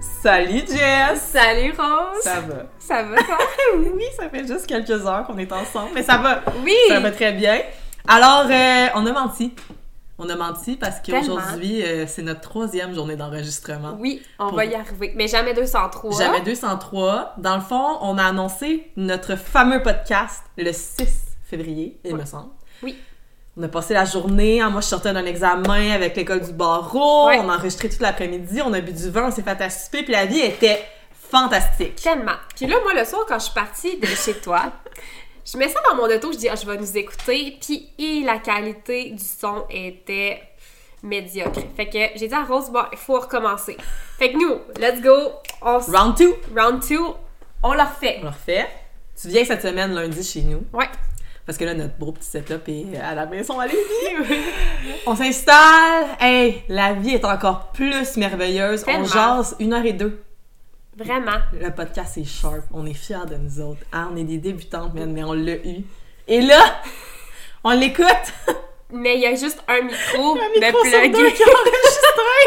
Salut Jess! Salut Rose! Ça va? Ça va toi? Oui, ça fait juste quelques heures qu'on est ensemble, mais ça va! Oui! Ça va très bien. Alors, euh, on a menti. On a menti parce Tellement. qu'aujourd'hui, euh, c'est notre troisième journée d'enregistrement. Oui, on Pour- va y arriver. Mais jamais 203. J'avais 203. Dans le fond, on a annoncé notre fameux podcast le 6 février, il me semble. Oui. On a passé la journée. hein, moi, je sortais d'un examen avec l'école du barreau. Ouais. On a enregistré toute l'après-midi. On a bu du vin, on s'est fait à souper, puis la vie était fantastique. Tellement. Puis là, moi, le soir, quand je suis partie de chez toi, je mets ça dans mon auto, je dis, Ah, je vais nous écouter. Puis, et la qualité du son était médiocre. Fait que j'ai dit à Rose, bon, il faut recommencer. Fait que nous, let's go, on s- Round 2. round 2, on le refait. On le refait. Tu viens cette semaine, lundi, chez nous. Ouais. Parce que là, notre beau petit setup est à la maison à Lévis. On s'installe. Hey, la vie est encore plus merveilleuse. On Tellement. jase une heure et deux. Vraiment. Le podcast est sharp. On est fiers de nous autres. Ah, on est des débutantes, man, mais on l'a eu. Et là, on l'écoute. Mais il y a juste un micro, Un de micro sur plugger. deux qui est enregistré.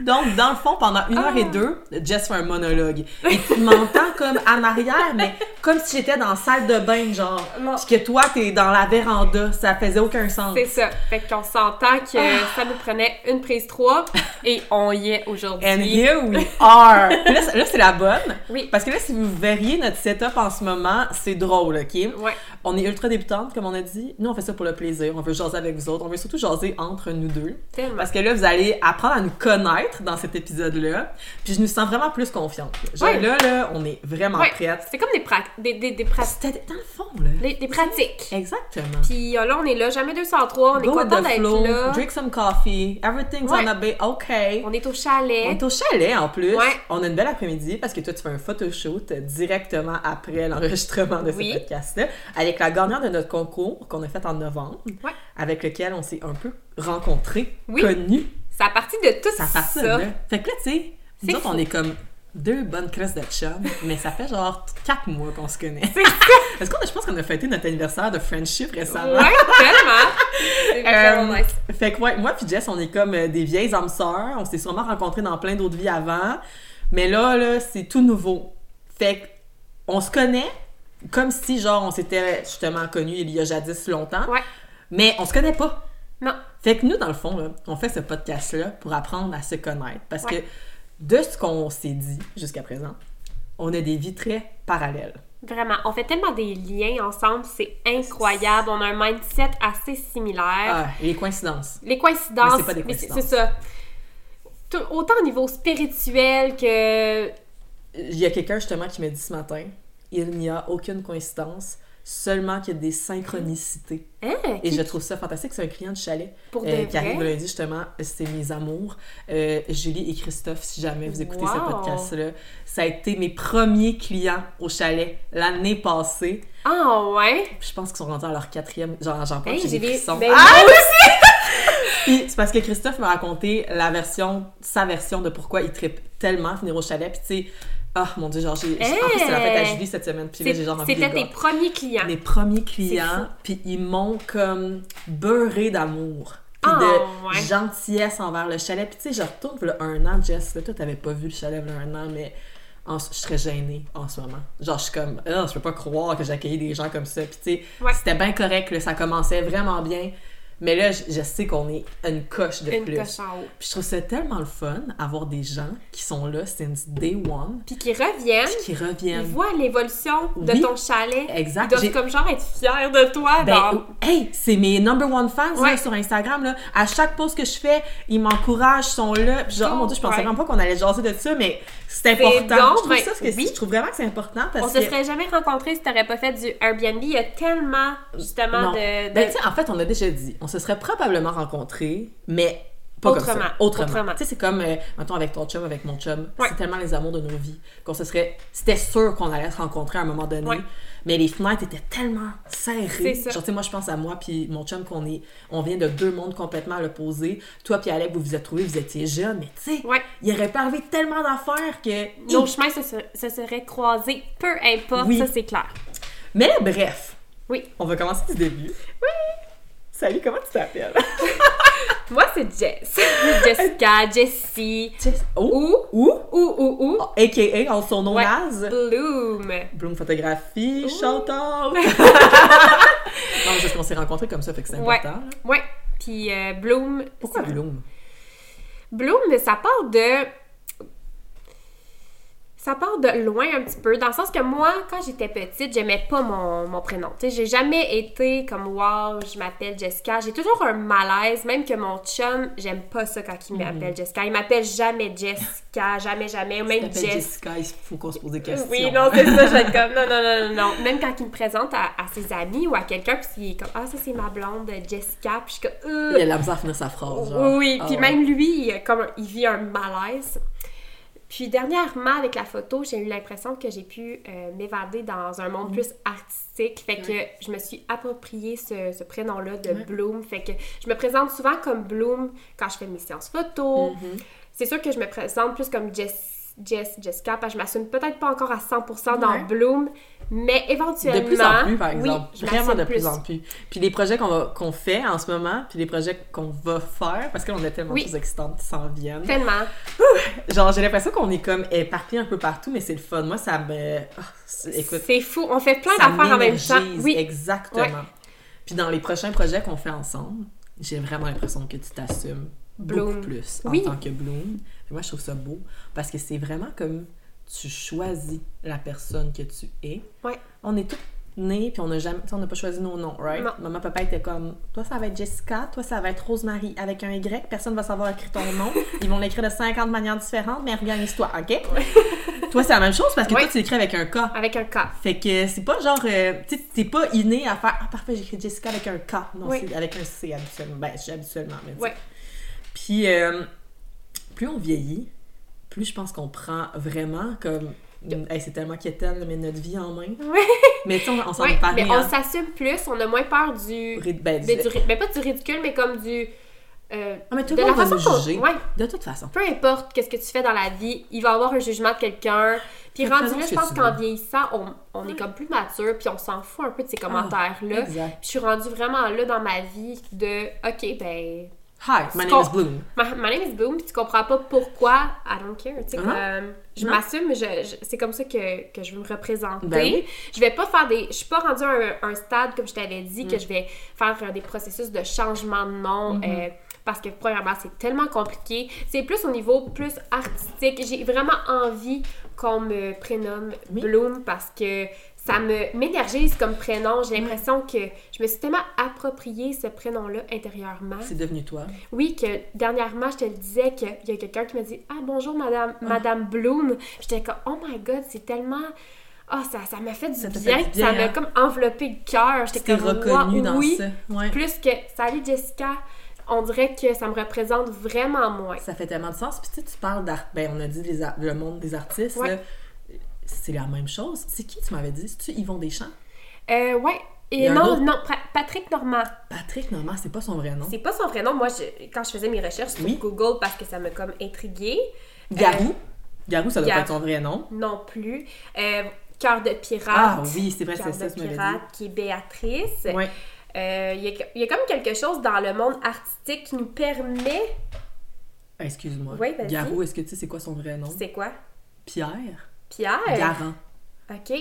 Donc, dans le fond, pendant une heure Ah. et deux, Jess fait un monologue. Et tu m'entends comme en arrière, mais comme si j'étais dans la salle de bain, genre. Non. Puis que toi, t'es dans la véranda. Ça faisait aucun sens. C'est ça. Fait qu'on s'entend que Ah. ça nous prenait une prise 3 et on y est And aujourd'hui. here we are! Puis là, c'est- là, c'est la bonne. Oui. Parce que là, si vous verriez notre setup en ce moment, c'est drôle, OK? Ouais. On est ultra débutante, comme on a dit. Nous, on fait ça pour le plaisir. On veut jaser avec vous autres. On veut surtout jaser entre nous deux. Tellement. Parce que là, vous allez apprendre à nous connaître dans cet épisode-là. Puis je nous sens vraiment plus confiante. Genre Ouais. là, là, on est vraiment Ouais. prêtes. C'est comme des, pra- des, des, des, pra- C'était dans le fond, là. des- des pratiques. Exactement. Puis euh, là, on est là, jamais 203, on est Go with content the d'être flow, là. drink some coffee, everything's Ouais. on a be okay. On est au On chalet. est au chalet en plus. Ouais. On a une belle après-midi parce que toi, tu fais un photoshoot directement après l'enregistrement de ce Oui. podcast-là avec la gagnante de notre concours qu'on a fait en novembre, Ouais. avec lequel on s'est un peu rencontrés, Oui. connus. Ça a parti de tout Ça ça. passe là. Fait que là, tu sais, nous C'est autres, on est comme deux bonnes crosses de chum, mais ça fait genre quatre mois qu'on se connaît. C'est ça. Est-ce qu'on a, je pense qu'on a fêté notre anniversaire de friendship récemment? Ouais, tellement. C'est vraiment Euh, nice. Fait que ouais, moi puis Jess, on est comme euh, des vieilles âmes sœurs. On s'est sûrement rencontrés dans plein d'autres vies avant. Mais là, là, c'est tout nouveau. Fait que on se connaît comme si, genre, on s'était justement connus il y a jadis longtemps. Ouais. Mais on se connaît pas. Non. Fait que nous, dans le fond, là, on fait ce podcast-là pour apprendre à se connaître. Parce Ouais. que de ce qu'on s'est dit jusqu'à présent, on a des vies très parallèles. Vraiment, on fait tellement des liens ensemble, c'est incroyable. On a un mindset assez similaire. Ah, et les coïncidences. Les coïncidences. Mais c'est pas des mais c'est- coïncidences. C'est ça. Tout- autant au niveau spirituel que. Il y a quelqu'un justement qui m'a dit ce matin il n'y a aucune coïncidence, seulement qu'il y a des synchronicités. Hein? Et qui- je trouve ça fantastique. C'est un client de chalet Pour de euh, qui arrive vrai? lundi, justement. C'est mes amours. Euh, Julie et Christophe, si jamais vous écoutez ce Wow! podcast-là. Ça a été mes premiers clients au chalet l'année passée. Ah ouais? Je pense qu'ils sont rendus à leur quatrième. Genre, j'en parle, Hey, j'ai j'ai des des- frissons. ben Ah, oui! Puis c'est parce que Christophe m'a raconté la version, sa version de pourquoi il trippe tellement venir au chalet. Puis tu sais, ah mon dieu, genre, j'ai. j'ai- En plus, c'est la fête à Hey! Julie cette semaine. Puis là, j'ai genre C'est- envie de C'était les tes premiers clients. mes premiers C'est clients, fou. puis ils m'ont comme beurré d'amour, puis Ah, de ouais. gentillesse envers le chalet. Puis tu sais, je retourne voilà un an, Jess, là, toi t'avais pas vu le chalet voilà un an, mais en- je serais gênée en ce moment. Genre, je suis comme, Ah, je peux pas croire que j'accueillais des gens comme ça. Puis tu sais, Ouais. c'était bien correct, là, ça commençait vraiment bien. Mais là, je, je sais qu'on est une coche de Une plus. coche en haut. Puis je trouve ça tellement le fun, avoir des gens qui sont là since day one, Puis qu'ils reviennent, puis qui Hein? ils reviennent. voient l'évolution de Oui. ton chalet. Ils Exact. J'ai- doivent comme genre être fiers de toi. Ben, dans- hey, c'est mes number one fans là, Ouais. sur Instagram. Là. À chaque pause que je fais, ils m'encouragent, ils sont là. Puis genre, oh mon dieu, je pensais Ouais. vraiment pas qu'on allait jaser de ça, mais c'est important. donc je, trouve ben, ça, que oui. je trouve vraiment que c'est important parce On se que. serait jamais rencontrés si t'aurais pas fait du Airbnb. Il y a tellement, justement, Non. de. de- Ben, tu sais, en fait, on a déjà dit, on se serait probablement rencontrés, mais pas comme Autrement. ça. Autrement. Autrement. Tu sais, c'est comme, euh, mettons, avec ton chum, avec mon chum, Ouais. c'est tellement les amours de nos vies qu'on se serait. C'était sûr qu'on allait se rencontrer à un moment donné, Ouais. mais les fenêtres étaient tellement serrées. C'est ça. Genre, tu sais, moi, je pense à moi, puis mon chum, qu'on est. On vient de deux mondes complètement à l'opposé. Toi, puis Alec, vous vous êtes trouvés, vous étiez jeunes, mais tu sais, Ouais. il aurait pas arrivé tellement d'affaires que. Nos chemins se, ser- se seraient croisés, peu importe, Oui. ça c'est clair. Mais bref, Oui. on va commencer du début. Oui! Salut, comment tu t'appelles? Moi, c'est Jess. Jessica, Jessie. Jess- Oh! Ou, Ou? ou, ou, ou. AKA en son nom Ouais. naze. Bloom. Bloom Photographie, Ouh. shout out! non, mais c'est qu'on s'est rencontrés comme ça, fait que c'est Ouais. important. Ouais. Puis euh, Bloom. Pourquoi c'est- Bloom? Bloom, mais ça part de. Ça part de loin un petit peu, dans le sens que moi, quand j'étais petite, j'aimais pas mon, mon prénom. Tu sais, j'ai jamais été comme wow, je m'appelle Jessica. J'ai toujours un malaise, même que mon chum, j'aime pas ça quand il Mm-hmm. m'appelle Jessica. Il m'appelle jamais Jessica, jamais, jamais, ou même T'appelles Jess. Jessica, il faut qu'on se pose des questions. Oui, non, c'est ça, je vais être comme non, non, non, non, non. Même quand il me présente à, à ses amis ou à quelqu'un, puis il est comme ah, ça c'est ma blonde Jessica, puis je suis comme Euh, Il a de la misère à finir sa phrase, genre. oui, Ah puis ouais. même lui, il, a comme, un- il vit un malaise. Puis dernièrement, avec la photo, j'ai eu l'impression que j'ai pu euh, m'évader dans un Mm. monde plus artistique. Fait que je me suis approprié ce, ce prénom-là de Ouais. Bloom. Fait que je me présente souvent comme Bloom quand je fais mes séances photo. Mhm. C'est sûr que je me présente plus comme Jess, Jess Jessica, parce que je m'assume peut-être pas encore à 100% dans Ouais. Bloom, mais éventuellement... De plus en plus, par exemple. Oui, je Vraiment m'assume de plus. en plus. Puis les projets qu'on va- qu'on fait en ce moment, puis les projets qu'on va faire, parce que là, on a tellement Oui. de choses excitantes qui s'en viennent. Tellement. Genre, j'ai l'impression qu'on est comme éparpillé un peu partout, mais c'est le fun. Moi, ça me. Ah, c'est- écoute, C'est fou. On fait plein ça d'affaires en même m'énergise, temps. Oui, Exactement. Ouais. Puis dans les prochains projets qu'on fait ensemble, j'ai vraiment l'impression que tu t'assumes beaucoup Bloom. plus Oui. en tant que Bloom. Et moi, je trouve ça beau parce que c'est vraiment comme tu choisis la personne que tu es. Ouais. On est tous nés, puis on n'a jamais, tu sais, on n'a pas choisi nos noms, right? Non. Maman, papa était comme, toi ça va être Jessica, toi ça va être Rosemary, avec un Y, personne va savoir écrire ton nom, ils vont l'écrire de 50 manières différentes, mais organise-toi, ok? toi c'est la même chose parce que Ouais. toi tu l'écris avec un K. avec un cas. Fait que c'est pas genre, euh, tu sais, t'es pas inné à faire Ah, parfait, j'écris Jessica avec un K. Non, Oui. c'est avec un C habituellement. Ben, j'ai habituellement, mais tu sais. Ouais. Puis, euh, plus on vieillit, plus je pense qu'on prend vraiment comme. Hey, c'est tellement quétaine, mais notre vie en main. Ouais. Mais tu sais, on, on s'en Ouais, est parlé. mais on hein. s'assume plus, on a moins peur du. Ri- ben, Mais, du- du ri- mais pas du ridicule, mais comme du. euh, Ah, mais tout de le la monde va nous façon qu'on. juger. Ouais, De toute façon. peu importe qu'est-ce que tu fais dans la vie, il va y avoir un jugement de quelqu'un. Puis Fais-le rendu ce là, que je pense tu qu'en veux. vieillissant, on, on est comme plus mature, puis on s'en fout un peu de ces commentaires-là. Ah, Exact. Puis je suis rendue vraiment là dans ma vie de. Ok, ben. Hi, my name is Bloom. My, my name is Bloom, puis tu comprends pas pourquoi. I don't care. Tu sais, Ah Non. comme, je Non. m'assume, je- je- c'est comme ça que, que je veux me représenter. Ben oui. Je vais pas faire des. Je suis pas rendue à un, un stade, comme je t'avais dit, Mm. que je vais faire euh, des processus de changement de nom. Mm-hmm. euh, parce que premièrement, c'est tellement compliqué. C'est plus au niveau plus artistique. J'ai vraiment envie qu'on me prénomme Oui. Bloom parce que ça me m'énergise comme prénom. J'ai l'impression que je me suis tellement approprié ce prénom-là intérieurement. C'est devenu toi. Oui, que dernièrement, je te le disais, qu'il y a quelqu'un qui m'a dit Ah, bonjour, Madame, Madame Bloom. J'étais comme Oh my God, c'est tellement. Ah, ça, ça m'a fait du Ça t'a bien. fait du bien, ça m'a hein? comme enveloppé le cœur. Tu J'étais t'es comme reconnue Wow, dans oui. ça. Ouais. Plus que Salut Jessica, on dirait que ça me représente vraiment moins. Ça fait tellement de sens. Puis tu sais, tu parles d'art. Ben, on a dit les ar- le monde des artistes. Ouais. là. C'est la même chose. C'est qui, tu m'avais dit? C'est-tu Yvon Deschamps? Euh, ouais. Il y Et a un non, autre. non, Pra- Patrick Normand. Patrick Normand, c'est pas son vrai nom. C'est pas son vrai nom. Moi, je- quand je faisais mes recherches sur Oui. Google parce que ça m'a comme intriguée. Garou? Garou, ça doit euh, Garou. pas être son vrai nom. Non plus. Euh, Cœur de pirate. Ah oui, c'est vrai, Cœur c'est ça, de tu m'avais pirate qui est Béatrice. dit. Ouais. Euh, Il y, a- il y a comme quelque chose dans le monde artistique qui nous permet. Ah, Excuse-moi. Ouais, vas-y. Garou, est-ce que tu sais c'est quoi son vrai nom? C'est quoi? Pierre? Pierre? Garant. Ok.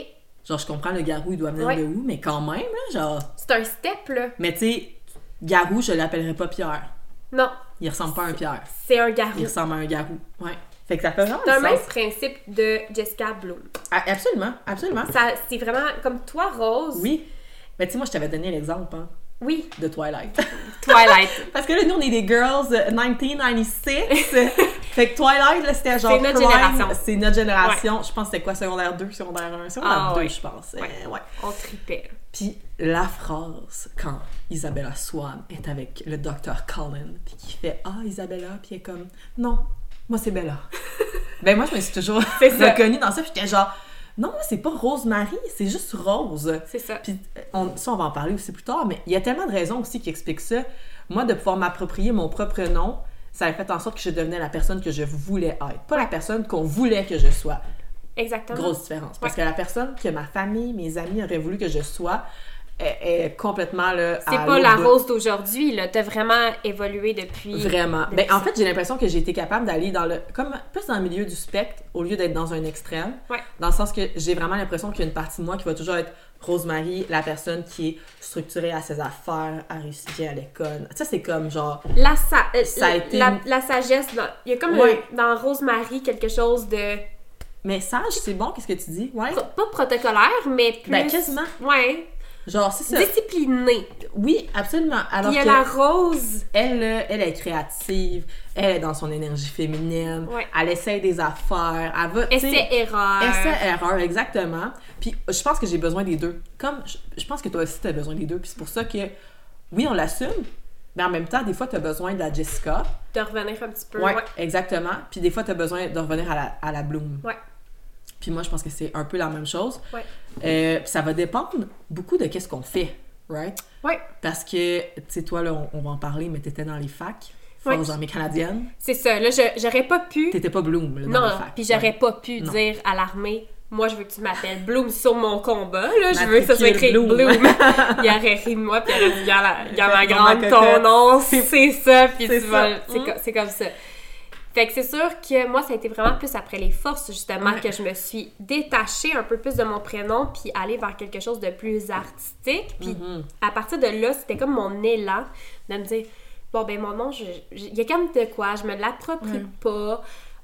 Genre, je comprends, le Garou, il doit venir Ouais. de où, mais quand même, là, genre... C'est un step, là. Mais tu sais, Garou, je l'appellerais pas Pierre. Non, Il ressemble pas à un Pierre. c'est un garou. Il ressemble à un Garou. Ouais. Fait que ça fait vraiment C'est un du même sens. principe de Jessica Bloom. Ah, Absolument, absolument. Ça, c'est vraiment comme toi, Rose. Oui. Mais tu sais, moi, je t'avais donné l'exemple hein, Oui, de Twilight. Twilight. Parce que là, nous, on est des girls euh, 1996. fait que Twilight, là, c'était genre. C'est notre prime, génération. C'est notre génération. Je pense que c'était quoi, secondaire 2, secondaire 1, secondaire Ah, 2, ouais. je pense. Euh, Ouais. ouais. On tripait. Puis la phrase, quand Isabella Swan est avec le docteur Colin, puis qui fait Ah, Isabella, puis elle est comme Non, moi c'est Bella. ben moi, je me suis toujours ça. reconnue dans ça, puis j'étais genre Non, moi c'est pas Rosemary, c'est juste Rose. C'est ça. Puis euh, on, ça, on va en parler aussi plus tard, mais il y a tellement de raisons aussi qui expliquent ça. Moi, de pouvoir m'approprier mon propre nom, ça a fait en sorte que je devenais la personne que je voulais être, pas la personne qu'on voulait que je sois. Exactement. Grosse différence. Parce que la personne que ma famille, mes amis auraient voulu que je sois, est, est complètement là. C'est à pas la l'autre bout. rose d'aujourd'hui, là. T'as vraiment évolué depuis. Vraiment. depuis Ben, en ça. fait, j'ai l'impression que j'ai été capable d'aller dans le. comme plus dans le milieu du spectre au lieu d'être dans un extrême. Ouais. Dans le sens que j'ai vraiment l'impression qu'il y a une partie de moi qui va toujours être Rosemary, la personne qui est structurée à ses affaires, à réussir bien à l'école. Ça, c'est comme genre. La, sa- euh, Ça a la, été la- une- la sagesse. dans- Il y a comme Ouais. un- dans Rosemary quelque chose de. Mais sage, c'est bon, qu'est-ce que tu dis? Ouais. pro- Pas protocolaire, mais plus. Ben, quasiment. Ouais. Genre, c'est ça. Discipliné. Oui, absolument. Alors Puis il y a que la rose. elle, là, elle est créative, elle est dans son énergie féminine, Ouais. elle essaye des affaires, elle va. tu sais, Essai-erreur. Essai, erreur, exactement. Puis je pense que j'ai besoin des deux. Comme je, je pense que toi aussi, t'as besoin des deux. Puis c'est pour ça que, oui, on l'assume, mais en même temps, des fois, t'as besoin de la Jessica. De revenir un petit peu. Ouais, ouais. exactement. Puis des fois, t'as besoin de revenir à la, à la Bloom. Ouais. Puis moi, je pense que c'est un peu la même chose. Ouais. Euh, puis ça va dépendre beaucoup de qu'est-ce qu'on fait, right? Ouais. Parce que, tu sais, toi, là, on, on va en parler, mais t'étais dans les facs, Ouais. force armée canadienne. C'est ça. Là, je- j'aurais pas pu. T'étais pas Bloom, là, dans les Non, facs. puis j'aurais Ouais. pas pu Non. dire à l'armée, moi je veux que tu m'appelles Bloom sur mon combat, là, je veux que ça soit écrit Matricule Bloom. Bloom. il y aurait ri de moi, puis il aurait dit, Garde la- garde ma Fait que dans ma grande, ton cocotte. nom, c'est ça, puis C'est tu vas. ça. C'est Mm. co- c'est comme ça. Fait que c'est sûr que moi, ça a été vraiment plus après les forces, justement, Ouais. que je me suis détachée un peu plus de mon prénom, puis aller vers quelque chose de plus artistique. Puis Mhm. à partir de là, c'était comme mon élan de me dire bon ben mon nom, je- je- il y a comme de quoi, je me l'approprie pas.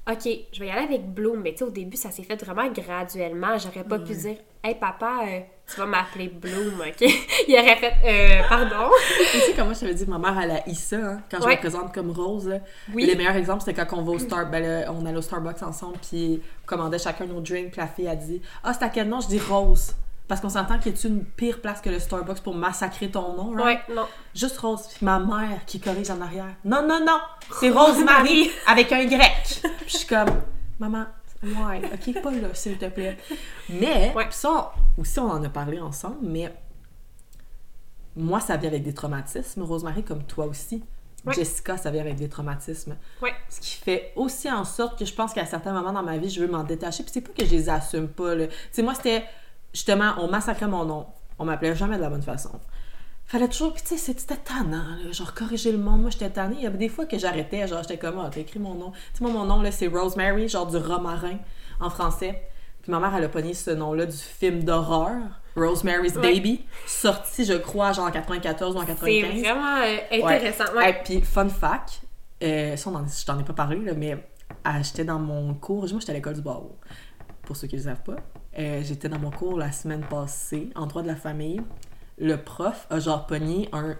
Ok, je vais y aller avec Bloom, mais tu sais, au début, ça s'est fait vraiment graduellement. J'aurais pas pu dire Hey papa, euh, tu vas m'appeler Bloom, ok? il aurait fait Euh, pardon. Tu sais, comme moi, je t'avais dit, ma mère, elle a Issa, hein, quand je Ouais. me présente comme Rose. là. Oui. Le meilleur exemple, c'était quand on, va au Star... ben, là, on allait au Starbucks ensemble, puis on commandait chacun nos drinks, puis la fille a dit Ah, c'est à quel nom Je dis Rose. Parce qu'on s'entend qu'il y a une pire place que le Starbucks pour massacrer ton nom, right? ouais, non. Juste Rose. Puis ma mère qui corrige en arrière Non, non, non, c'est Rosemary avec un Y. Puis je suis comme Maman, ouais, ok, pas là, s'il te plaît. Mais, Ouais. puis ça, on- aussi, on en a parlé ensemble, mais moi, ça vient avec des traumatismes, Rosemary, comme toi aussi. Ouais. Jessica, ça vient avec des traumatismes. Ouais. Ce qui fait aussi en sorte que je pense qu'à certains moments dans ma vie, je veux m'en détacher. Puis c'est pas que je les assume pas. là. Tu sais, moi, c'était justement, on massacrait mon nom. On m'appelait jamais de la bonne façon. Fallait toujours, puis tu sais, c'était- c'était tannant, là, genre corriger le monde. Moi, j'étais tannée. Il y avait des fois que j'arrêtais, genre, j'étais comme, ah, t'as écrit mon nom. Tu sais, moi, mon nom, là, c'est Rosemary, genre du romarin en français. Puis ma mère, elle a pogné ce nom-là du film d'horreur, Rosemary's Ouais. Baby, sorti, je crois, genre en 94 ou en C'est 95. vraiment euh, Ouais. intéressant. Ouais. Et puis, fun fact, euh, ça, on en- je t'en ai pas parlé, là, mais ah, j'étais dans mon cours, moi, j'étais à l'école du barreau, pour ceux qui ne le savent pas. Euh, j'étais dans mon cours la semaine passée, en droit de la famille. Le prof a genre pogné un...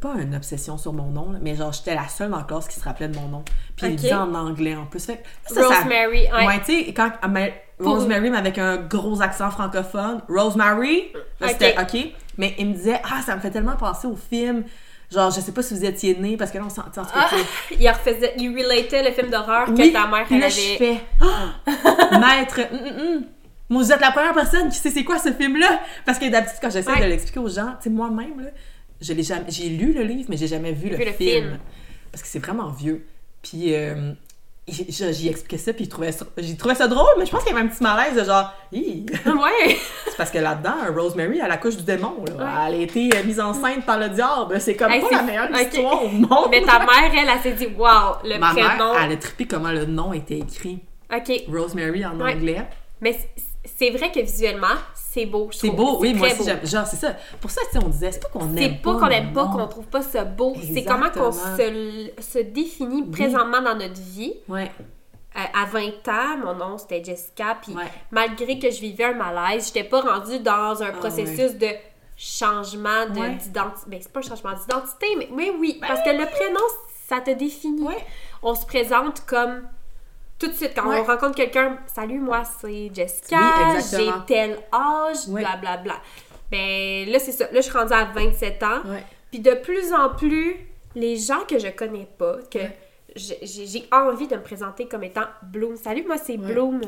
Pas une obsession sur mon nom, là, mais genre, j'étais la seule dans la classe qui se rappelait de mon nom. Puis il Ok. disait en anglais, en plus. Fait, que ça, ça- Rosemary, ouais. Ouais, tu sais, quand mais Pour- Rosemary, mais avec un gros accent francophone, Rosemary, là, c'était Ok. OK. Mais il me disait, ah, ça me fait tellement penser au film. Genre, je sais pas si vous étiez né, parce que là, on s'en. tu sais, en tout cas, Ah, tu sais. il refaisait, il relatait le film d'horreur Oui, que ta mère, puis elle là, je avait. fais, Ah! maître, hum, hum, hum. Moi, vous êtes la première personne qui sait c'est quoi ce film-là. Parce que d'habitude, quand j'essaie Ouais. de l'expliquer aux gens, tu sais, moi-même, là, je l'ai jamais, j'ai lu le livre, mais j'ai jamais vu, le, Vu le film. film. Parce que c'est vraiment vieux. Puis, euh, j- j- j'y expliquais ça, puis il trouvait ça- j'y trouvais ça drôle, mais je pense qu'il y avait un petit malaise de genre, Hi! Ouais. c'est parce que là-dedans, Rosemary, elle accouche du démon. là. Ouais. Elle a été euh, mise enceinte par le diable. C'est comme Hey, pas c'est- la meilleure ok. histoire au monde. Mais ta mère, elle, elle s'est dit, wow, le Ma mère, prénom. elle a trippé comment le nom était écrit. Ok. Rosemary en Ouais. anglais. Mais c- c'est vrai que visuellement, c'est beau. je C'est trouve. beau, oui, moi très aussi beau. j'aime. Genre, c'est ça. Pour ça, tu sais, on disait, c'est pas qu'on aime. C'est pas qu'on aime pas, non. qu'on trouve pas ça beau. C'est comment qu'on Exactement. se, l- se définit présentement dans notre vie. Ouais, Euh, à 20 ans, mon nom c'était Jessica. Puis Ouais. malgré que je vivais un malaise, j'étais pas rendue dans un Ah, processus de changement de- Ouais. Ben d'identité. Ben, c'est pas un changement d'identité, mais, mais oui, parce que le prénom, ça te définit. Ouais. On se présente comme. Tout de suite, quand Ouais. on rencontre quelqu'un, salut, moi c'est Jessica, Oui, j'ai exactement. tel âge, Ouais. blablabla. Ben là, c'est ça. Là, je suis rendue à 27 ans. ouais. Puis de plus en plus, les gens que je connais pas, que j'ai- j'ai j'ai envie de me présenter comme étant Bloom. Salut, moi c'est Ouais. Bloom.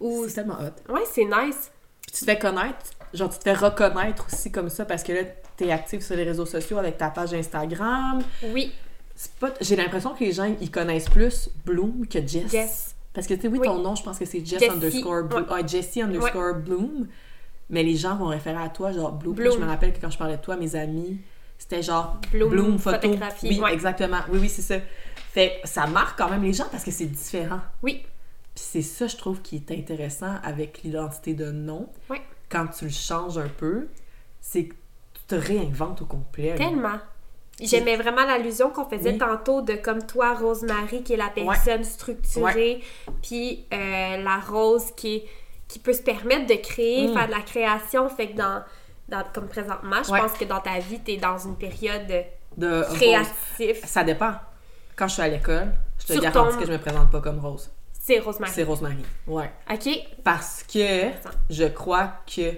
Ou C'est tellement hot. ouais, c'est nice. Puis tu te fais connaître, genre tu te fais reconnaître aussi comme ça parce que là, t'es active sur les réseaux sociaux avec ta page Instagram. Oui, C'est pas... J'ai l'impression que les gens, ils connaissent plus Bloom que Jess. Jess. Parce que, tu sais, oui, Oui. ton nom, je pense que c'est Jess Jessie, underscore Bloom. Ah, Jessie underscore Bloom. mais les gens vont référer à toi, genre Bloom. Bloom. Je me rappelle que quand je parlais de toi, mes amis, c'était genre Bloom, Bloom, photo. photographie, Oui, ouais. exactement. Oui, oui, c'est ça. Fait que ça marque quand même les gens parce que c'est différent. Oui. Puis c'est ça, je trouve, qui est intéressant avec l'identité de nom. Ouais. Quand tu le changes un peu, c'est que tu te réinventes au complet. là. Tellement. J'aimais vraiment l'allusion qu'on faisait Oui. tantôt de comme toi, Rosemary, qui est la personne structurée, puis euh, la rose qui, est- qui peut se permettre de créer, Mm. faire de la création. Fait que dans, dans- comme présentement, je Ouais. Euh, pense que dans ta vie, t'es dans une période De Rose. créative. Ça dépend. Quand je suis à l'école, je te Sur garantis ton- que je me présente pas comme Rose. C'est Rosemary. C'est Rosemary. Ouais. OK? Parce que Attends. je crois que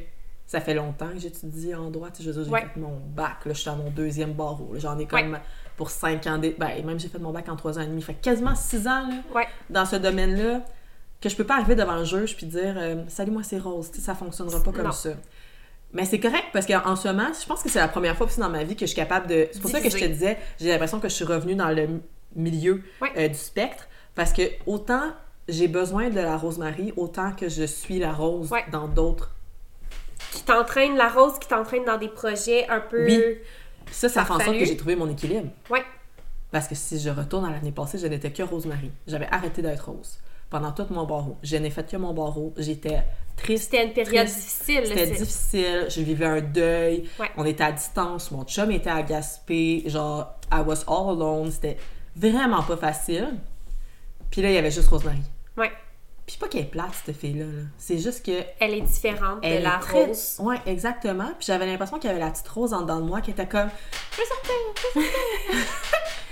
ça fait longtemps que j'étudie en droit. Tu sais, je veux dire, j'ai Ouais. fait mon bac. Là, je suis à mon deuxième barreau. là. J'en ai comme pour cinq ans. d'é- Ben, et même j'ai fait mon bac en trois ans et demi. Fait quasiment six ans là, Ouais. dans ce domaine-là que je peux pas arriver devant le juge puis dire euh, Salut, moi, c'est Rose. Tu sais, ça fonctionnera pas comme Non. ça. Mais c'est correct parce qu'en en ce moment, je pense que c'est la première fois aussi dans ma vie que je suis capable de. C'est pour ça que je te Diviser. disais, j'ai l'impression que je suis revenue dans le m- milieu Ouais. euh, du spectre parce que autant j'ai besoin de la rosemary, autant que je suis la rose Ouais. dans d'autres. Qui t'entraîne, la rose qui t'entraîne dans des projets un peu. Oui. Ça, ça fait en sorte Farfelu. que j'ai trouvé mon équilibre. Ouais. Parce que si je retourne à l'année passée, je n'étais que rosemary. J'avais arrêté d'être rose pendant tout mon barreau. Je n'ai fait que mon barreau. J'étais triste. C'était une période Triste. difficile. là, C'était c'est- difficile, je vivais un deuil, Ouais. on était à distance, mon chum était à Gaspé, genre, I was all alone, c'était vraiment pas facile. Puis là, il y avait juste Rosemary. Ouais. Puis pas qu'elle est plate, cette fille-là, là. c'est juste que... Elle est différente Elle de la est très- rose. Ouais, exactement. Puis j'avais l'impression qu'il y avait la petite rose en dedans de moi qui était comme... Je veux sortir, je veux sortir.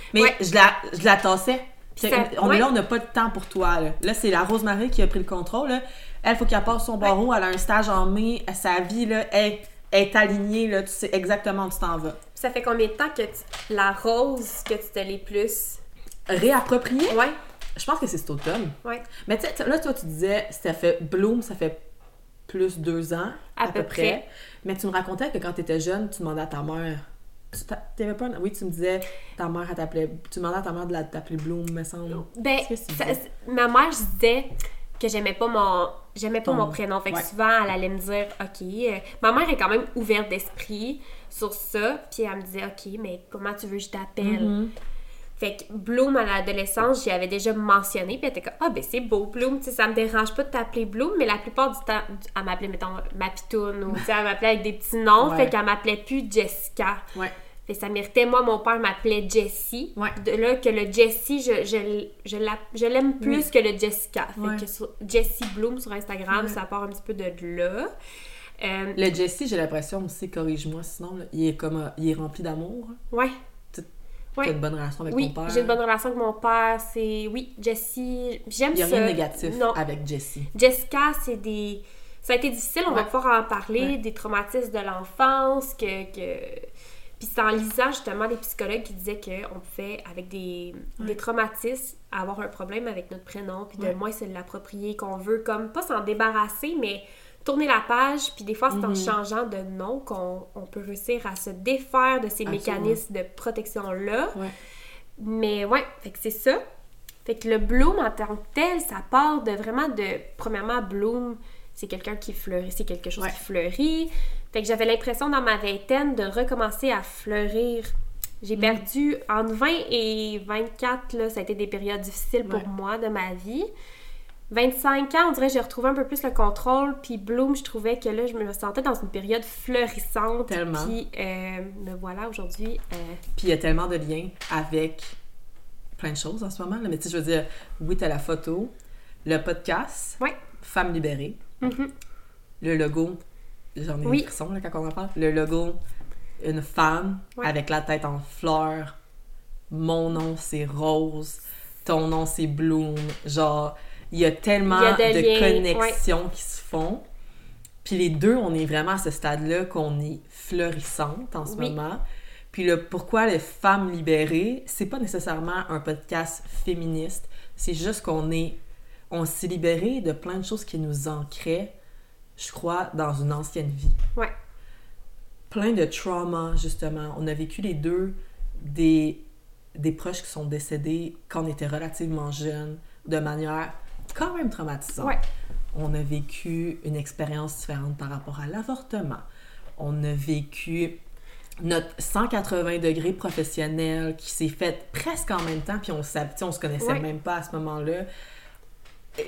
Mais Ouais. je, la, je la tassais. Puis Fait ça- que, on ouais. est là, on n'a pas de temps pour toi. Là, Là, c'est la Rosemary qui a pris le contrôle. là. Elle, faut qu'elle passe son barreau. Elle a un stage en mai. Elle- Sa vie, là, elle, elle est alignée. Là, tu sais exactement où tu t'en vas. Ça fait combien de temps que tu- la rose que tu te l'es plus? Réapproprier, Ouais, je pense que c'est cet automne. ouais. Mais tu sais, t- là, toi, tu disais, ça fait Bloom, ça fait plus deux ans, À à, peu peu, près. près. Mais tu me racontais que quand tu étais jeune, tu demandais à ta mère. Tu t'a- t'avais pas. un- Oui, tu me disais, ta mère, elle t'appelait. Tu demandais à ta mère de la- t'appeler Bloom, me semble. Ben, Qu'est-ce que tu ça- disais? c'est- ma mère, je disais que j'aimais pas mon j'aimais pas Ton- mon prénom. Fait que ouais. souvent, elle allait me dire, OK. euh, ma mère est quand même ouverte d'esprit sur ça. Puis elle me disait, OK, mais comment tu veux que je t'appelle? Mhm. Fait que Bloom, à l'adolescence, j'y avais déjà mentionné. Puis elle était comme, ah, ben c'est beau, Bloom. Tu sais, ça me dérange pas de t'appeler Bloom. Mais la plupart du temps, elle m'appelait, mettons, ma pitoune. Ou, tu sais, elle m'appelait avec des petits noms. Ouais. Fait qu'elle m'appelait plus Jessica. Ouais. Fait que ça méritait, moi, mon père m'appelait Jessie. Ouais. De là que le Jessie, je, je, l- je l'a- je l'aime plus que le Jessica. Fait Ouais. que sur- Jessie Bloom sur Instagram, Ouais. ça part un petit peu de là. Euh, Le Jesse, j'ai l'impression aussi, corrige-moi sinon, là, il est comme euh, il est rempli d'amour. ouais. Tu as Ouais. une bonne relation avec Oui, ton père. j'ai une bonne relation avec mon père. C'est. Oui, Jessie. J'aime Il ça. n'y a rien de négatif euh, Non. avec Jesse. Jessica, c'est des. Ça a été difficile, on va Ouais. pouvoir en parler, Ouais. des traumatismes de l'enfance, que. que... Puis c'est en lisant justement des psychologues qui disaient qu'on pouvait, avec des, Ouais. des traumatismes, avoir un problème avec notre prénom, puis de Ouais. moins se l'approprier, qu'on veut comme, pas s'en débarrasser, mais tourner la page, puis des fois c'est en Mhm. changeant de nom qu'on on peut réussir à se défaire de ces Absolument. mécanismes de protection-là. Ouais. Mais ouais, fait que c'est ça. Fait que le bloom en tant que tel, ça part de vraiment de. Premièrement, bloom, c'est quelqu'un qui fleurit, c'est quelque chose Ouais. qui fleurit. Fait que j'avais l'impression dans ma vingtaine de recommencer à fleurir. Mm. J'ai perdu entre 20 et 24, là, ça a été des périodes difficiles pour Ouais. moi de ma vie. 25 ans, on dirait que j'ai retrouvé un peu plus le contrôle. Puis bloom, je trouvais que là, je me sentais dans une période fleurissante. Tellement. Puis euh, me voilà aujourd'hui. euh, Puis il y a tellement de liens avec plein de choses en ce moment. là. Mais tu sais, je veux dire, oui, t'as la photo, le podcast, Ouais. Femme libérée, Mhm. le logo, j'en ai Oui. oui. frisson là, quand on en parle, le logo, une femme Ouais. avec la tête en fleurs, mon nom c'est Rose, ton nom c'est Bloom, genre, il y a tellement Il y a de, des liens, connexions qui se font. Puis les deux, on est vraiment à ce stade-là qu'on est florissante en ce Oui. moment. Puis le pourquoi les femmes libérées, c'est pas nécessairement un podcast féministe, c'est juste qu'on est on s'est libéré de plein de choses qui nous ancraient, je crois, dans une ancienne vie. Ouais. Plein de traumas justement, on a vécu les deux des des proches qui sont décédés quand on était relativement jeunes de manière quand même traumatisante. Ouais. on a vécu une expérience différente par rapport à l'avortement. On a vécu notre 180 degrés professionnel qui s'est fait presque en même temps, puis on, s'ab- tu sais, on se connaissait Ouais. même pas à ce moment-là.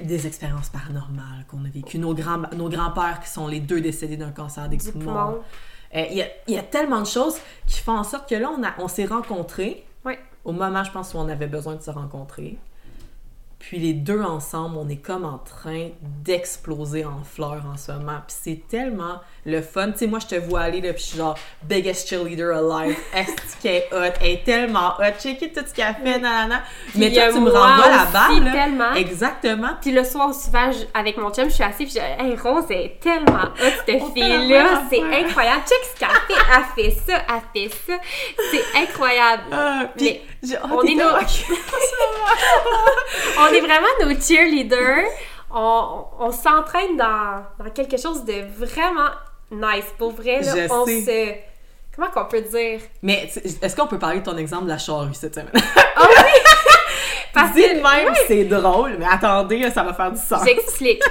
Des expériences paranormales qu'on a vécues. Nos, grands, nos grands-pères qui sont les deux décédés d'un cancer des du poumons. poumon. Euh, Il y, a- il y a tellement de choses qui font en sorte que là, on, a- on s'est rencontrés Ouais. au moment, je pense, où on avait besoin de se rencontrer. Puis les deux ensemble, on est comme en train d'exploser en fleurs en ce moment. Puis c'est tellement le fun. Tu sais, moi, je te vois aller, là, puis je suis genre « biggest cheerleader alive ». Est-ce qu'elle est hot? Elle est tellement hot. Check it, tout ce qu'elle fait, nanana. Mais Puis, euh, toi, tu me moi renvoies la aussi, balle, là. tellement. Exactement. Puis le soir, souvent, je- avec mon chum, je suis assise, puis je dis, hey, Rose, elle est tellement hot, cette On fait la fille-là, même c'est affaire. incroyable. Check ce qu'elle fait, elle fait ça, elle fait ça. C'est incroyable. Ah, puis je- oh, on t'es est tellement nos- cute. On est vraiment nos cheerleaders. On, on s'entraîne dans, dans quelque chose de vraiment nice. Pour vrai, là, Je on sais. se. Comment qu'on peut dire? Mais tu- est-ce qu'on peut parler de ton exemple de la charrue cette semaine? Ah Parce Dit que- de même, c'est drôle, mais attendez, là, ça va faire du sens. J'explique.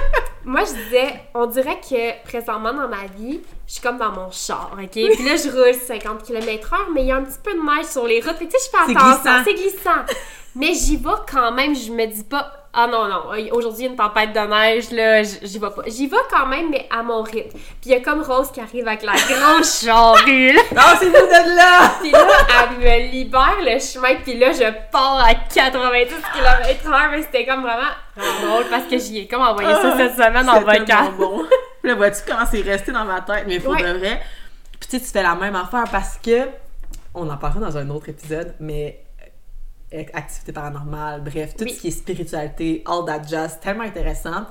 Moi, je disais, on dirait que présentement dans ma vie, je suis comme dans mon char, OK? Puis là, je roule 50 km/h, mais il y a un petit peu de neige sur les routes. Fait que, tu sais, je C'est fais attention, glissant. c'est glissant. Mais j'y vais quand même, je me dis pas, ah non, non, euh, aujourd'hui, il y a une tempête de neige, là, j- j'y vais pas. J'y vais quand même, mais à mon rythme. Puis il y a comme Rose qui arrive avec la grande charrue, là. Non, c'est nous de là! Puis là, elle me libère le chemin, puis là, je pars à 90 km/h, mais c'était comme vraiment, vraiment drôle parce que j'y ai comme envoyé ça cette semaine en C'est vocal. Ah, tellement bon. Là, vois-tu comment c'est resté dans ma tête, mais pour Ouais. de vrai. Puis tu sais, tu fais la même affaire parce que, on en parlera dans un autre épisode, mais euh, activité paranormale, bref, tout Oui. ce qui est spiritualité, all that jazz, tellement intéressante.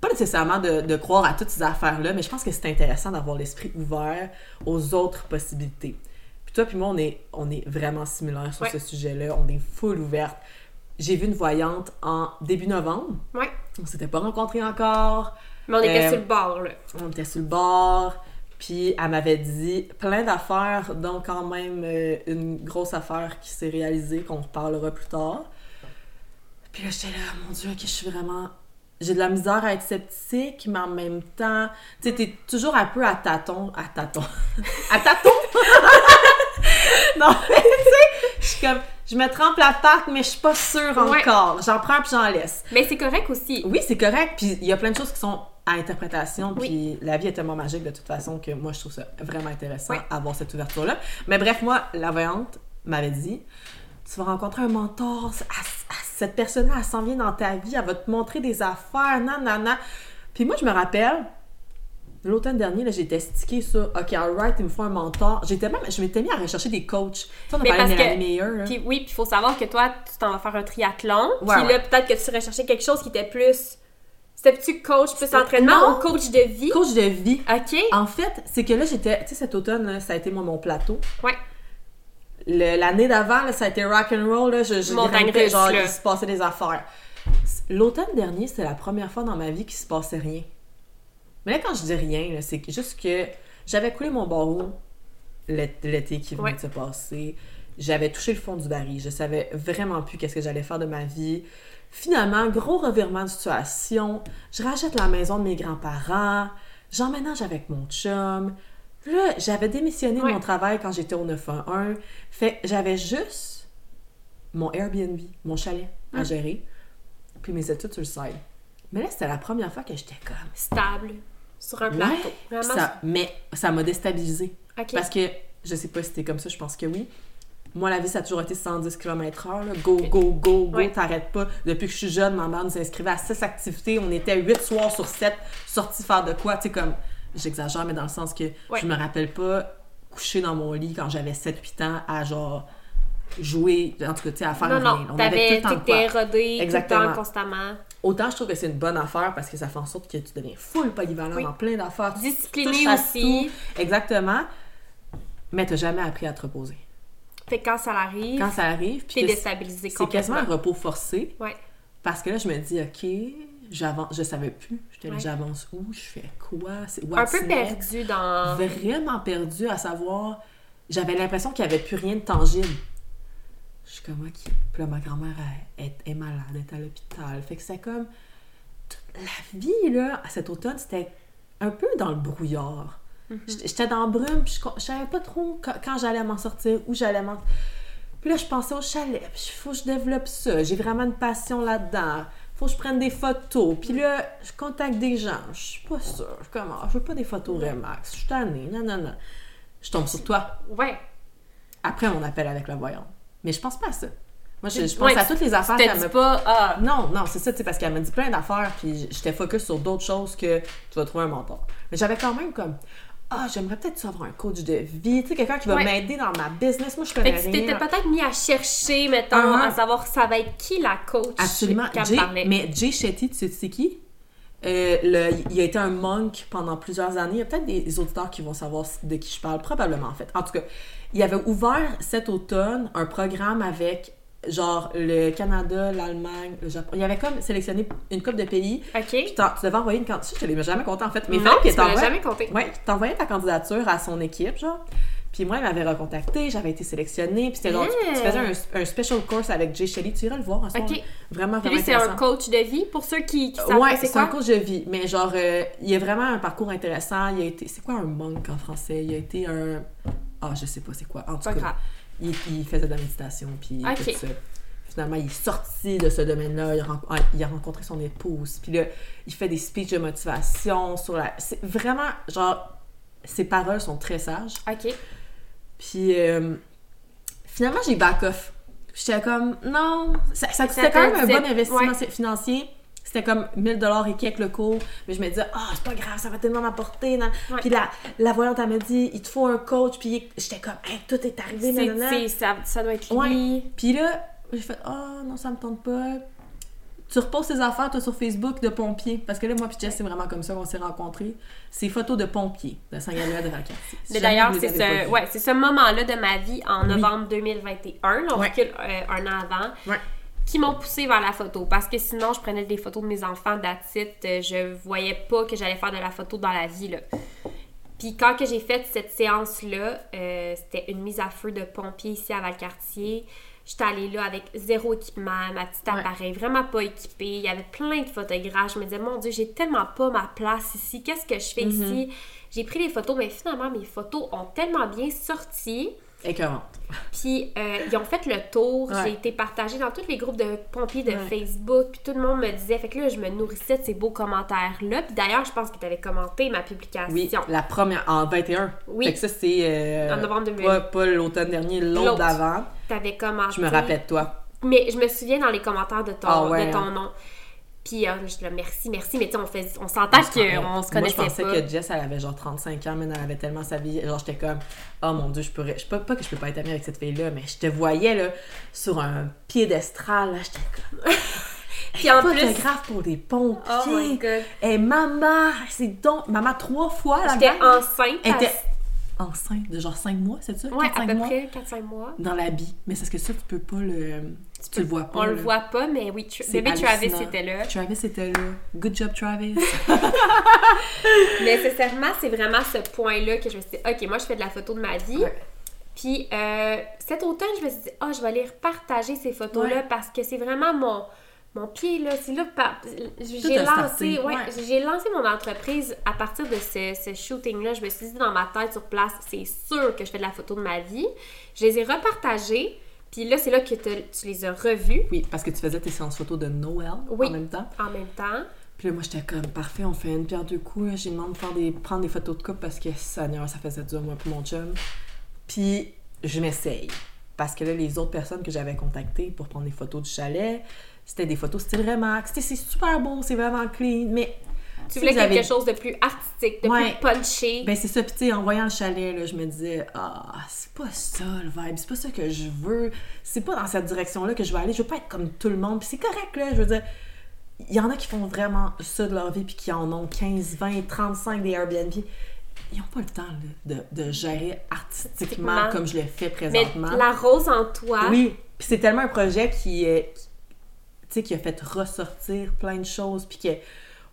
Pas nécessairement de, de croire à toutes ces affaires-là, mais je pense que c'est intéressant d'avoir l'esprit ouvert aux autres possibilités. Puis toi puis moi, on est, on est vraiment similaires sur Ouais. ce sujet-là. On est full ouverte. J'ai vu une voyante en début novembre. Ouais. On s'était pas rencontrés encore. Mais on était Euh, sur le bord, là. On était sur le bord. Puis elle m'avait dit plein d'affaires, dont quand même euh, une grosse affaire qui s'est réalisée, qu'on reparlera plus tard. Puis là, j'étais là, mon Dieu, ok, je suis vraiment. J'ai de la misère à être sceptique, mais en même temps, tu sais, t'es toujours un peu à tâton. À tâton. à tâton! non, mais tu sais, je suis comme, je me trempe la patte, mais je suis pas sûre Ouais. encore. J'en prends puis j'en laisse. Mais c'est correct aussi. Oui, c'est correct. Puis il y a plein de choses qui sont à interprétation. Oui. Puis la vie est tellement magique de toute façon que moi, je trouve ça vraiment intéressant Oui. avoir cette ouverture-là. Mais bref, moi, la voyante m'avait dit Tu vas rencontrer un mentor. c- à- à- cette personne-là, elle s'en vient dans ta vie. Elle va te montrer des affaires. Nanana. Puis moi, je me rappelle. L'automne dernier, là, j'étais stickée sur OK, alright, il me faut un mentor. J'étais même, je m'étais mis à rechercher des coachs. Tu sais, on a Mais parlé de parce que- Mélanie Meyer, là. Puis oui, puis il faut savoir que toi, tu t'en vas faire un triathlon. Ouais, puis là, ouais. peut-être que tu recherchais quelque chose qui était plus. C'était-tu coach plus entraînement Non. ou coach de vie? Coach de vie. OK. En fait, c'est que là, j'étais. Tu sais, cet automne, là, ça a été moi, mon plateau. Ouais. Le- L'année d'avant, là, ça a été rock and roll. Là, je, je Montagne grimpais, russe, genre, là. il se passait des affaires. L'automne dernier, c'était la première fois dans ma vie qu'il se passait rien. Mais là, quand je dis rien, là, c'est que- juste que j'avais coulé mon barreau l'é- l'été qui venait Ouais. de se passer. J'avais touché le fond du baril. Je savais vraiment plus qu'est-ce que j'allais faire de ma vie. Finalement, gros revirement de situation. Je rachète la maison de mes grands-parents. J'emménage avec mon chum. Là, j'avais démissionné de Ouais. mon travail quand j'étais au 911. Fait que j'avais juste mon Airbnb, mon chalet à Mm. gérer, puis mes études sur le side. Mais là, c'était la première fois que j'étais comme. Stable. Sur un Ouais, plateau. puis Vraiment. ça, mais ça m'a déstabilisée. OK. Parce que, je sais pas si t'es comme ça, je pense que oui. Moi, la vie, ça a toujours été 110 km/h. là. Go, go, go, go, Ouais. t'arrêtes pas. Depuis que je suis jeune, ma mère nous inscrivait à 6 activités. On était 8 soirs sur 7 sortis faire de quoi. Tu sais, comme, j'exagère, mais dans le sens que Ouais. je me rappelle pas coucher dans mon lit quand j'avais 7-8 ans à genre jouer, en tout cas, tu sais, à faire non, rien. non. On avait T'avais. tout le temps de T'étais quoi. rodée tout le Exactement. temps, constamment. Autant je trouve que c'est une bonne affaire parce que ça fait en sorte que tu deviens full polyvalent Oui. dans plein d'affaires. Tu Discipliné touches à aussi. tout. Exactement. Mais t'as jamais appris à te reposer. Fait que quand ça arrive, Quand ça arrive, puis t'es que c'est- déstabilisé c'est quasiment complètement. un repos forcé Ouais. parce que là je me dis ok, j'avance, je savais plus, J'étais là, Ouais. j'avance où, je fais quoi, c'est Un what's peu next? perdu dans. Vraiment perdu à savoir, j'avais l'impression qu'il n'y avait plus rien de tangible. Je suis comme ok. Puis là ma grand-mère elle- elle est malade, elle est à l'hôpital, fait que c'est comme la vie, là, cet automne, c'était un peu dans le brouillard. J'étais- J'étais dans la brume, puis je, co- je savais pas trop quand, quand j'allais m'en sortir, où j'allais m'en... Puis là, je pensais au chalet, puis faut que je développe ça, j'ai vraiment une passion là-dedans, faut que je prenne des photos, puis là, je contacte des gens, je suis pas sûre, comment, je veux pas des photos Remax, je suis tannée, non, non, non. Je tombe sur toi. Ouais. Après mon appel avec la voyante. Mais je pense pas à ça. Moi, je, je pense Ouais, à toutes les affaires T'as qu'elle dit me... pas, ah, Non, non, c'est ça, tu sais, parce qu'elle m'a dit plein d'affaires, puis j'étais focus sur d'autres choses que tu vas trouver un mentor. Mais j'avais quand même comme... Ah, j'aimerais peut-être ça avoir un coach de vie, tu sais, quelqu'un qui va Ouais. m'aider dans ma business. Moi, je Fait connais que tu rien. t'étais peut-être mis à chercher, mettons, Ah. à savoir ça va être qui la coach Absolument. qu'elle Jay- parlait. mais Jay Shetty, tu sais, tu sais qui? Euh, le- il a été un monk pendant plusieurs années. Il y a peut-être des auditeurs qui vont savoir de qui je parle, probablement en fait. En tout cas, il avait ouvert cet automne un programme avec genre le Canada, l'Allemagne, le Japon. Il avait comme sélectionné une coupe de pays. Puis OK. t'en- tu devais envoyer une candidature. Je ne l'ai jamais compté en fait. Mais il Non, fallait que tu me l'as t'envoies- jamais compté. Ouais, t'envoyais ta candidature à son équipe, genre. Puis moi, il m'avait recontacté, j'avais été sélectionnée. Puis c'était genre, tu- tu, Yeah. faisais un, un special course avec Jay Shelley. Tu irais le voir un soir. Ok. Vraiment, vraiment Puis lui, c'est un intéressant. coach de vie pour ceux qui, qui savent ouais, pas c'est c'est un quoi. coach de vie. Mais genre, euh, il y a vraiment un parcours intéressant. Il a été. C'est quoi un monk en français? Il a été un. Ah, je sais pas c'est quoi. En tout Pas grave. cas, il, il faisait de la méditation. Puis Ok. tout ça. Finalement, il est sorti de ce domaine-là. Il, a ren- ah, il a rencontré son épouse. Puis là, il fait des speeches de motivation sur la. C'est vraiment, genre, ses paroles sont très sages. OK. Puis euh, finalement, j'ai back off. J'étais comme, non, ça, ça, Ça c'était quand te même un bon disait- investissement ouais. financier. C'était comme 1000 dollars et quelques le cours, mais je me disais, ah, c'est pas grave, ça va tellement m'apporter. nan. Ouais. Puis la, la voyante, elle m'a dit, il te faut un coach. Puis j'étais comme, Hey, tout est arrivé, C'est, nanana. c'est- ça, ça doit être lui. Ouais. Puis là, j'ai fait Ah non, ça me tente pas. Tu reposes tes affaires, toi, sur Facebook de pompiers. Parce que là, moi, puis Jess, c'est vraiment comme ça qu'on s'est rencontrés. C'est photos de pompiers de Saint-Gabriel de Valcartier. Si Mais jamais d'ailleurs, vous les c'est avez pas ce, vues. ouais, c'est ce moment-là de ma vie en Oui. novembre 2021, là, on Ouais. recule euh, un an avant, Ouais. qui m'ont poussé vers la photo. Parce que sinon, je prenais des photos de mes enfants d'attitude. euh, Je voyais pas que j'allais faire de la photo dans la vie. Là. Puis quand que j'ai fait cette séance-là, euh, c'était une mise à feu de pompiers ici à Valcartier. J'étais allée là avec zéro équipement, ma petite Ouais. appareil, vraiment pas équipée. Il y avait plein de photographes. Je me disais, mon Dieu, j'ai tellement pas ma place ici. Qu'est-ce que je Mhm. fais ici? J'ai pris les photos, mais finalement, mes photos ont tellement bien sorti. Écœurante. Puis euh, ils ont fait le tour, Ouais. j'ai été partagée dans tous les groupes de pompiers de Ouais. Facebook, puis tout le monde me disait, fait que là je me nourrissais de ces beaux commentaires là. Puis d'ailleurs, je pense que tu avais commenté ma publication. Oui, la première, en 21. Oui. Fait que ça, c'est. euh, En novembre 2000. Pas, pas l'automne dernier, l'autre L'autre. d'avant. T'avais commenté. Je me rappelle de toi. Mais je me souviens dans les commentaires de ton, Ah ouais, de ton hein. nom. Puis euh, je dis merci, merci, mais tu sais, on, fais- on s'entend qu'on se connaissait Moi, je pensais pas. que Jess, elle avait genre 35 ans, mais elle avait tellement sa vie. Genre, j'étais comme, oh mon Dieu, je pourrais. Je peux pas que je peux pas être amie avec cette fille-là, mais je te voyais, là, sur un piédestral, là. J'étais comme, Puis en plus, photographe pour des pompiers. oh my god, Et maman, c'est donc. Maman, trois fois, la j'étais gang. enceinte. à- était enceinte de genre 5 mois, c'est ça? Ouais, à 4-5 peu mois? près 4-5 mois. Dans l'habit. Mais c'est parce que ça, tu peux pas le. Tu, peux- le vois pas. On le là. voit pas, mais oui, tu- C'est bébé Travis hallucinant. était là. Travis était là. Good job, Travis. Nécessairement, c'est vraiment ce point-là que je me suis dit, OK, moi, je fais de la photo de ma vie. Ouais. Puis euh, cet automne, je me suis dit, ah, je vais aller repartager ces photos-là Ouais. parce que c'est vraiment mon, mon pied, là. C'est là, par- j'ai a starté, lancé, ouais, ouais. j'ai lancé mon entreprise à partir de ce, ce shooting-là. Je me suis dit dans ma tête, sur place, c'est sûr que je fais de la photo de ma vie. Je les ai repartagées. Puis là, c'est là que te- tu les as revues Oui, parce que tu faisais tes séances photos de Noël Oui. en même temps. en même temps. Puis là, moi, j'étais comme, parfait, on fait une pierre deux coups. là. J'ai demandé de faire des, prendre des photos de couple parce que, Seigneur, ça faisait dur, moi, pour mon chum. Puis, je m'essaye. Parce que là, les autres personnes que j'avais contactées pour prendre des photos du chalet, c'était des photos style Remax. Tu sais, C'est super beau, c'est vraiment clean, mais... Tu si voulais vous avez- quelque chose de plus artistique, de Ouais. plus punché. Ben c'est ça, puis tu sais, en voyant le chalet, là, je me disais, ah, c'est pas ça le vibe, c'est pas ça que je veux, c'est pas dans cette direction-là que je veux aller, je veux pas être comme tout le monde, puis c'est correct, là, je veux dire, il y en a qui font vraiment ça de leur vie, puis qui en ont 15, 20, 35 des Airbnb, ils ont pas le temps là, de, de gérer artistiquement Artistiquement. comme je le fais mais présentement. la rose en toi, Oui, puis c'est tellement un projet qui, est- qui- tu sais, qui a fait ressortir plein de choses, puis que,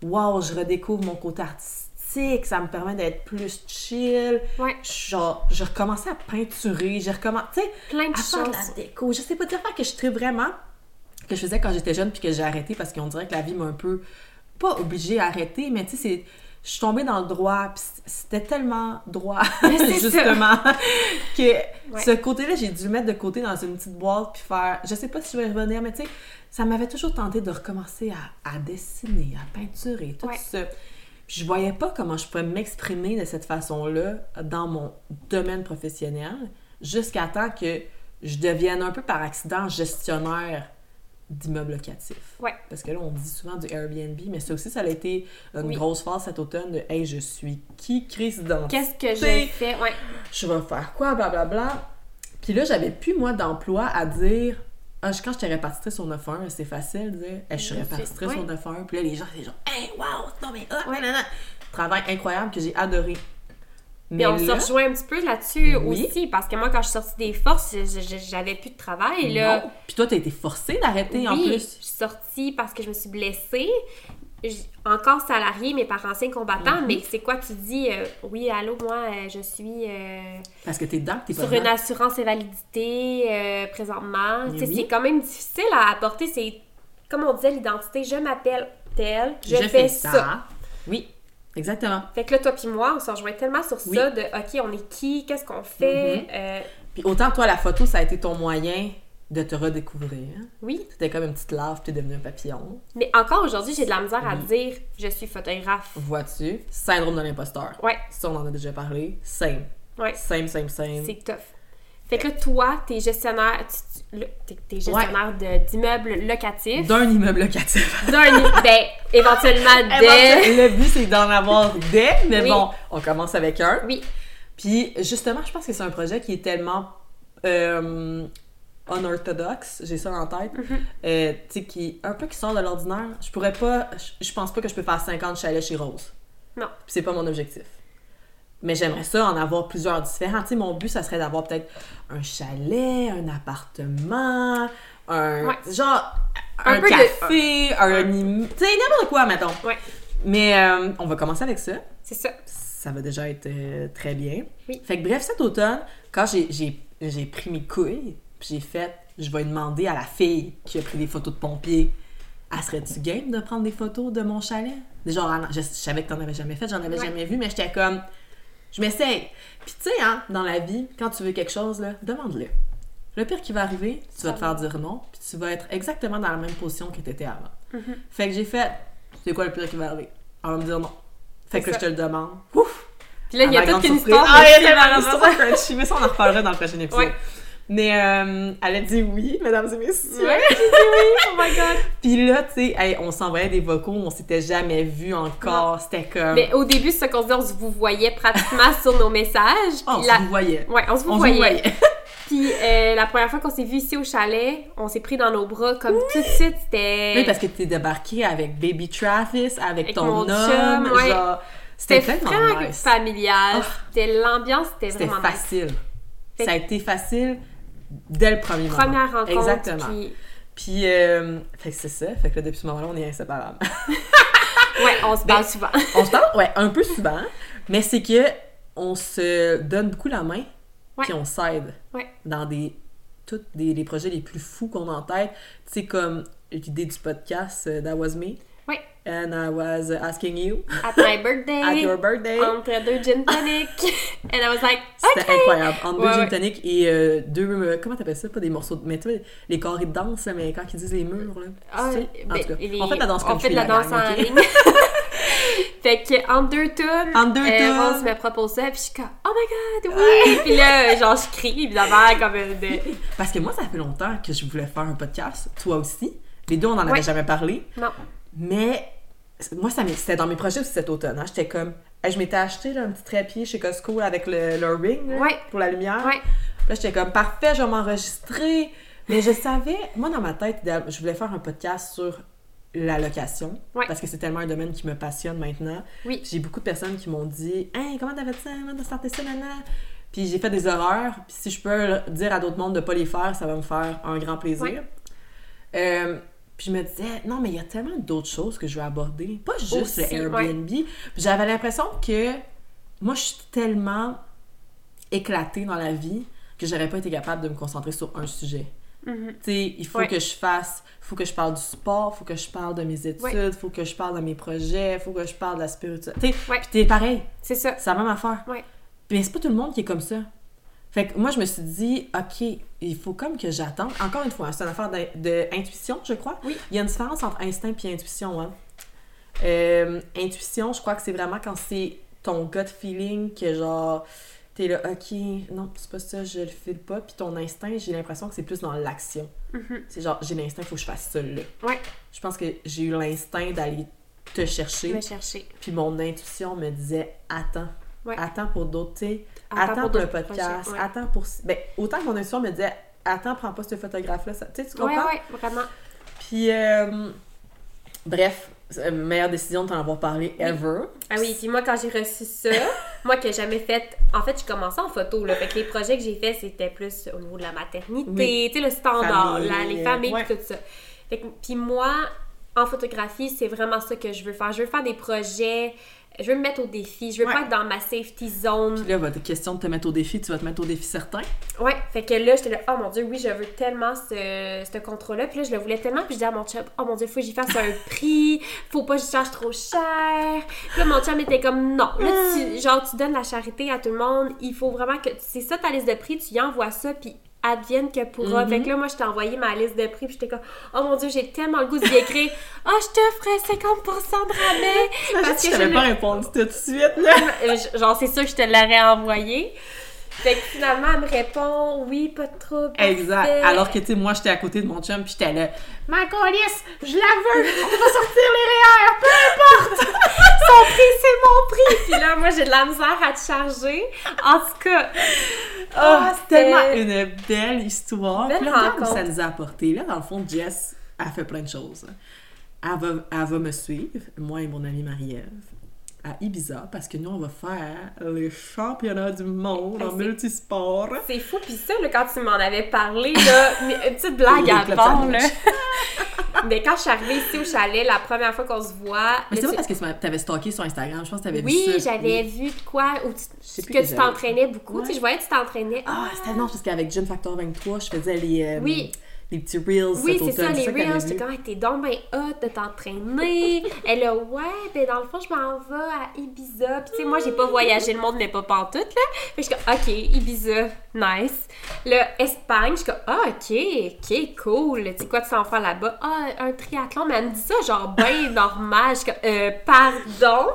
wow, je redécouvre mon côté artistique, ça me permet d'être plus chill. Ouais. Genre, j'ai recommencé à peinturer, j'ai recommencé, tu sais, plein de à faire de la choses. déco. Je sais pas dire que je tripe vraiment, que je faisais quand j'étais jeune, puis que j'ai arrêté parce qu'on dirait que la vie m'a un peu pas obligée à arrêter, mais tu sais, c'est. Je suis tombée dans le droit, puis c'était tellement droit, Mais c'est ça. justement, que Ouais. ce côté-là, j'ai dû le mettre de côté dans une petite boîte, puis faire. Je sais pas si je vais y revenir, mais tu sais, ça m'avait toujours tenté de recommencer à, à dessiner, à peinturer, tout Ouais. ça. Puis je voyais pas comment je pouvais m'exprimer de cette façon-là dans mon domaine professionnel jusqu'à temps que je devienne un peu par accident gestionnaire d'immeubles locatifs. Ouais. Parce que là, on dit souvent du Airbnb, mais ça aussi, ça a été une Oui. grosse phase cet automne de Hey, je suis qui, Chris, dans Qu'est-ce que C'est- je fais? Ouais. je vais faire quoi, blablabla. Puis là, j'avais plus, moi, d'emploi à dire. Ah, je- quand j'étais répartitrice au 9-1, c'est facile de dire Eh, Je suis Je sais, répartitrice ouais. au 9-1. Puis là, les gens, c'est genre Hey, wow, non mais hot, Ouais. nanana. Travail incroyable que j'ai adoré. Mais Puis on se là, rejoint un petit peu là-dessus Oui. aussi, parce que moi, quand je suis sortie des forces, je- je- j'avais plus de travail, là. non. Puis toi, t'as été forcée d'arrêter en Oui, plus. Je suis sortie parce que je me suis blessée. J- Encore salariée, mais par ancien combattant. Mhm. Mais c'est quoi, tu dis, euh, oui, allô, moi, euh, je suis euh, Parce que t'es dedans, que t'es pas sur une dedans. assurance et validité euh, présentement. Mais Tu sais, oui. C'est quand même difficile à apporter. C'est, comme on disait, l'identité, je m'appelle telle, je, fais, ça. Oui, exactement. Fait que là, toi puis moi, on se rejoint tellement sur Oui. Mm-hmm. ça de, OK, on est qui, qu'est-ce qu'on fait. euh, Puis autant toi, la photo, ça a été ton moyen de te redécouvrir. oui. C'était comme une petite lave, puis t'es devenu un papillon. Mais encore aujourd'hui, j'ai de la misère à Oui. dire, je suis photographe. Vois-tu? Syndrome de l'imposteur. Ouais, Ça, on en a déjà parlé. Same. ouais. Same, same, same. C'est tough. Fait que là, toi, t'es gestionnaire, tu- tu- le- t'es, t'es gestionnaire de- d'immeubles locatifs. D'un immeuble locatif. D'un, ben, éventuellement des. Le but, c'est d'en avoir des, mais Oui. bon, on commence avec un. Oui, Puis, justement, je pense que c'est un projet qui est tellement euh, unorthodoxe, j'ai ça en tête, Mm-hmm. euh, tu sais, qui un peu qui sort de l'ordinaire. Je pourrais pas, je- je pense pas que je peux faire 50 chalets chez Rose. Non. Puis c'est pas mon objectif. Mais j'aimerais ça en avoir plusieurs différents. Tu sais, mon but, ça serait d'avoir peut-être un chalet, un appartement, un. Ouais. Genre, Un un, peu de- café, un. im- Tu sais, n'importe quoi, mettons. Ouais. Mais euh, on va commencer avec ça c'est ça. ça va déjà être euh, très bien. Oui. Fait que bref, cet automne, quand j'ai- j'ai j'ai pris mes couilles, puis j'ai fait, je vais demander à la fille qui a pris des photos de pompiers, ah, serais-tu game de prendre des photos de mon chalet? Déjà, ah non, je, je savais que t'en avais jamais fait, j'en avais Ouais. jamais vu, mais j'étais comme, je m'essaye. Puis tu sais, hein, dans la vie, quand tu veux quelque chose, là, demande-le. Le pire qui va arriver, tu vas te faire dire non, puis tu vas être exactement dans la même position que t'étais avant. Fait que j'ai fait, c'est quoi le pire qui va arriver? On va me dire non. Fait C'est que ça. je te le demande. Ouf! Puis là, il y À ma a toute grande une surprise. histoire. Ah, de il y films a à une raconter. histoire crunchy, mais ça, on en reparlera dans le prochain épisode. Ouais. Mais euh, elle a dit oui, mesdames et messieurs. Ouais, j'ai dit oui, oh my god. Puis là, tu sais, hey, on s'envoyait des vocaux, on s'était jamais vus encore. C'était comme. Mais au début, c'est ça qu'on se dit, on se vous voyait pratiquement sur nos messages. Oh, on puis la- se voyait. Ouais, on se vous On se voyait. voyait. Puis euh, la première fois qu'on s'est vu ici au chalet, on s'est pris dans nos bras comme tout de suite, c'était. Oui, parce que t'es débarqué avec Baby Travis, avec, Avec ton homme. mon chum, ouais. genre, C'était c'était tellement vraiment nice. familial. Ah. C'était l'ambiance, c'était C'était vraiment nice. facile. Fait- Ça a été facile dès le premier moment. Première rencontre. Exactement. puis- Puis, euh, fait que c'est ça. Fait que là, depuis ce moment-là, on est inséparables. Ouais, on se Ben, parle souvent. on se parle, ouais, un peu souvent, mais c'est que on se donne beaucoup la main, Ouais. puis on s'aide Ouais. dans des tous des, les projets les plus fous qu'on a en tête. Tu sais, comme l'idée du podcast euh, That Was Me. Ouais. And I was asking you At my birthday. at your birthday. Entre deux gin tonic. And I was like, C'était incroyable. Entre deux Ouais, gin ouais. tonic et euh, deux. euh, comment t'appelles ça Pas des morceaux de. Mais tu sais, les carrés de danse, là, mais quand ils disent les murs, là. Ah, tu sais. en ben, tout cas, les- on fait de la danse on fait de la country, danse gang, en ok? ligne. fait que en deux tunes, euh, En deux tunes. Rose me propose ça, puis je suis comme oh my god, oui. puis là, genre je crie évidemment comme une de... Parce que moi, ça fait longtemps que je voulais faire un podcast, toi aussi. Les deux, on n'en avait Ouais. jamais parlé. non, Mais c- moi, ça m'est- c'était dans mes projets aussi cet automne. hein. J'étais comme. hey, je m'étais acheté là, un petit trépied chez Costco avec le, le ring là, Ouais. pour la lumière. ouais, Puis Là, j'étais comme parfait, je vais m'enregistrer. Mais je savais, moi, dans ma tête, idéal- je voulais faire un podcast sur la location. Ouais. Parce que c'est tellement un domaine qui me passionne maintenant. oui, Puis J'ai beaucoup de personnes qui m'ont dit Hein, comment t'avais fait ça Comment t'as starté ça maintenant Puis j'ai fait des horreurs. Puis si je peux le- dire à d'autres mondes de pas les faire, ça va me faire un grand plaisir. Ouais. Euh, puis je me disais Non, mais il y a tellement d'autres choses que je veux aborder. Pas juste Aussi, le Airbnb. Puis j'avais l'impression que moi, je suis tellement éclatée dans la vie que j'aurais pas été capable de me concentrer sur un sujet. Mhm. Tu sais, il faut Ouais. que je fasse, faut que je parle du sport, faut que je parle de mes études, Ouais. faut que je parle de mes projets, faut que je parle de la spiritualité. Tu sais, Ouais. puis t'es pareil, C'est ça. c'est la même affaire. Ouais. Mais c'est pas tout le monde qui est comme ça. Fait que moi, je me suis dit, OK, il faut comme que j'attende. Encore une fois, c'est une affaire d'in- d'intuition, je crois. Oui. Il y a une différence entre instinct et intuition. Hein. Euh, intuition, je crois que c'est vraiment quand c'est ton gut feeling que genre, t'es là, OK, non, c'est pas ça, je le file pas. Puis ton instinct, j'ai l'impression que c'est plus dans l'action. Mhm. C'est genre, j'ai l'instinct, faut que je fasse ça là. Ouais. Je pense que j'ai eu l'instinct d'aller te chercher. Je vais chercher. Puis mon intuition me disait attends. Ouais. Attends pour d'autres, tu sais. Attends, pour le d'autres podcast. projets, ouais. Attends pour. Ben, autant que mon intuition me disait attends, prends pas ce photographe-là. ça- Tu sais, tu comprends? Ouais, ouais, vraiment. Puis, euh, bref, c'est la meilleure décision de t'en avoir parlé ever. Ah oui, puis moi, quand j'ai reçu ça, moi qui n'ai jamais fait. En fait, je commençais en photo, là. Fait que les projets que j'ai faits, c'était plus au niveau de la maternité, Oui. tu sais, le standard, Famille, la- les euh, familles, ouais. puis tout ça. Fait que, puis moi, en photographie, c'est vraiment ça que je veux faire. Je veux faire des projets, je veux me mettre au défi, je veux Ouais. pas être dans ma safety zone. Puis là, votre question de te mettre au défi, tu vas te mettre au défi certain. Ouais, fait que là, j'étais là, oh mon dieu, oui, je veux tellement ce, ce contrôle-là. Puis là, je le voulais tellement. Puis je dis à mon chum, oh mon dieu, faut que j'y fasse un prix. Faut pas que je charge trop cher. Puis là, mon chum était comme, non. Là, tu, genre, tu donnes la charité à tout le monde. Il faut vraiment que. C'est ça ta liste de prix, tu y envoies ça. Puis advienne que pourra. Mhm. Fait que là, moi, je t'ai envoyé ma liste de prix. Puis j'étais comme, oh mon dieu, j'ai tellement le goût d'y écrire. Ah, je t'offre 50% de rabais. Parce Parce que je t'avais je pas l'ai- répondu tout de suite, là. Euh, je- genre, c'est sûr que je te l'aurais envoyé. Fait que finalement, elle me répond, oui, pas de trouble. Exact. parfait. Alors que, tu sais, moi, j'étais à côté de mon chum, puis j'étais là, ma colisse, je la veux, on va sortir les REER, Ton prix, c'est mon prix! Puis là, moi, j'ai de la misère à te charger. En tout cas, Oh, Ah, c'est tellement c'était- une belle histoire. Belle Puis là, regarde où rencontre. ça nous a apporté. Là, dans le fond, Jess a fait plein de choses. Elle va, elle va me suivre, moi et mon amie Marie-Ève, à Ibiza, parce que nous, on va faire le championnat du monde Ben, en c'est- multisport. Ah, c'est fou. Puis ça, là, quand tu m'en avais parlé, là, mais une petite blague Le à club part, là. sandwich. mais quand je suis arrivée ici au chalet, la première fois qu'on se voit... Mais c'est là, pas tu- parce que tu m'as- t'avais stalké sur Instagram, je pense que t'avais vu ça. Oui, j'avais vu de quoi, ou tu- sais plus que que tu j'avais. t'entraînais beaucoup. Tu sais, je voyais que tu t'entraînais. Ah, c'était non, parce qu'avec Jim Factor 23, je faisais les, euh, Oui. les petits reels Oui, cet c'est ça, automne. les que t'avais reels, vu. j'étais comme, Hey, t'es donc bien hot de t'entraîner. Elle a, ouais, ben dans le fond, je m'en vais à Ibiza. Puis tu sais, moi, j'ai pas voyagé le monde, mais pas pantoute, là. Fait que je suis comme, ok, Ibiza, nice. Le Espagne, je suis comme, ah, ok, ok, cool. Tu sais quoi, tu t'en faire là-bas? Ah, un triathlon, mais elle me dit ça, genre, ben normal. Je suis comme, Euh, pardon.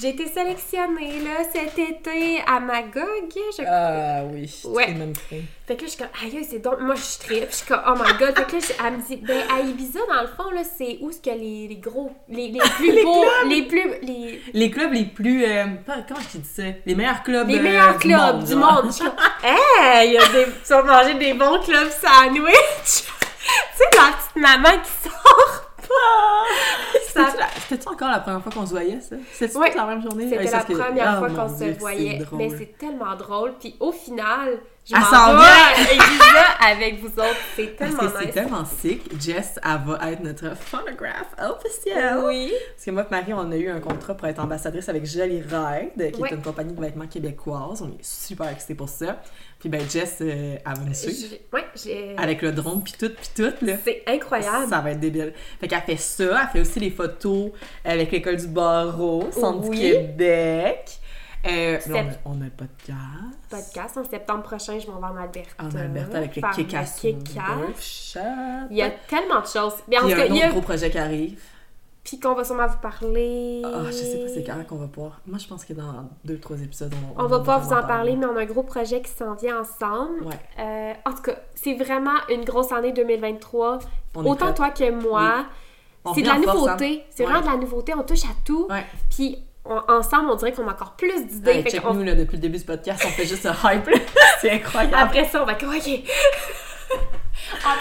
J'ai été sélectionnée, là, cet été à Magog, je Ah oui, je Ouais. t'ai même cru. fait que là, je suis comme, aïe, aïe, c'est donc, moi, je tripe. Je suis comme, oh my god. Fait que là, je- elle me dit, ben, à Ibiza, dans le fond, là, c'est où ce que les, les gros, les, les plus Les beaux, les plus, les, Les clubs les plus. euh, pas- comment je te dis ça Les meilleurs clubs. les euh, meilleurs du clubs monde, du genre. monde. Je suis comme, hey, il y a des, tu vas manger des bons clubs sandwich. tu sais, la petite maman qui sort. Ça- C'était-tu la- C'était-tu encore la première fois qu'on se voyait, ça? C'était-tu Ouais. toute la même journée? C'était Ouais, ça, la c'est- première Ah, fois mon qu'on se Dieu, voyait. c'est drôle. Mais c'est tellement drôle. Puis au final, je Elle m'en s'en vais à Ibiza avec vous autres. C'est Parce tellement que c'est nice. tellement sick. Jess, elle va être notre phonographe officielle. Oui. Parce que moi et Marie, on a eu un contrat pour être ambassadrice avec Jolie Ride, qui Ouais. est une compagnie de vêtements québécoise. On est super excités pour ça. Puis ben Jess, euh, elle va nous suivre. Je- Ouais, j'ai. Avec le drone, puis tout, puis tout, là. C'est incroyable. Ça va être débile. Fait qu'elle fait ça, elle fait aussi les photos avec l'école du barreau, Centre Oui. du Québec. Euh, mais Sept. on, a, on a le podcast. podcast. En septembre prochain, je m'en vais en Alberta. En Ah, Alberta avec le Faire Kick-Ass. Kick-Ass. Wolf Shop. Il y a tellement de choses. Mais en Puis il tout y a cas, un il y autre a... gros projet qui arrive. Puis qu'on va sûrement vous parler. Ah, je sais pas c'est quand qu'on va pouvoir. Moi, je pense que dans deux, trois épisodes, on, On va pouvoir vraiment vous en parler, mais on a un gros projet qui s'en vient ensemble. Ouais, Euh, en tout cas, c'est vraiment une grosse année 2023. on est Autant prêtes. toi que moi. On C'est de revient la en force, hein. nouveauté. C'est vraiment Ouais. de la nouveauté. On touche à tout. Ouais. Puis on- ensemble, on dirait qu'on a encore plus d'idées. Hey, Fait check qu'on- nous, là, depuis le début du podcast, on fait juste un hype. là. c'est incroyable. Après ça, on va comme, OK. en tout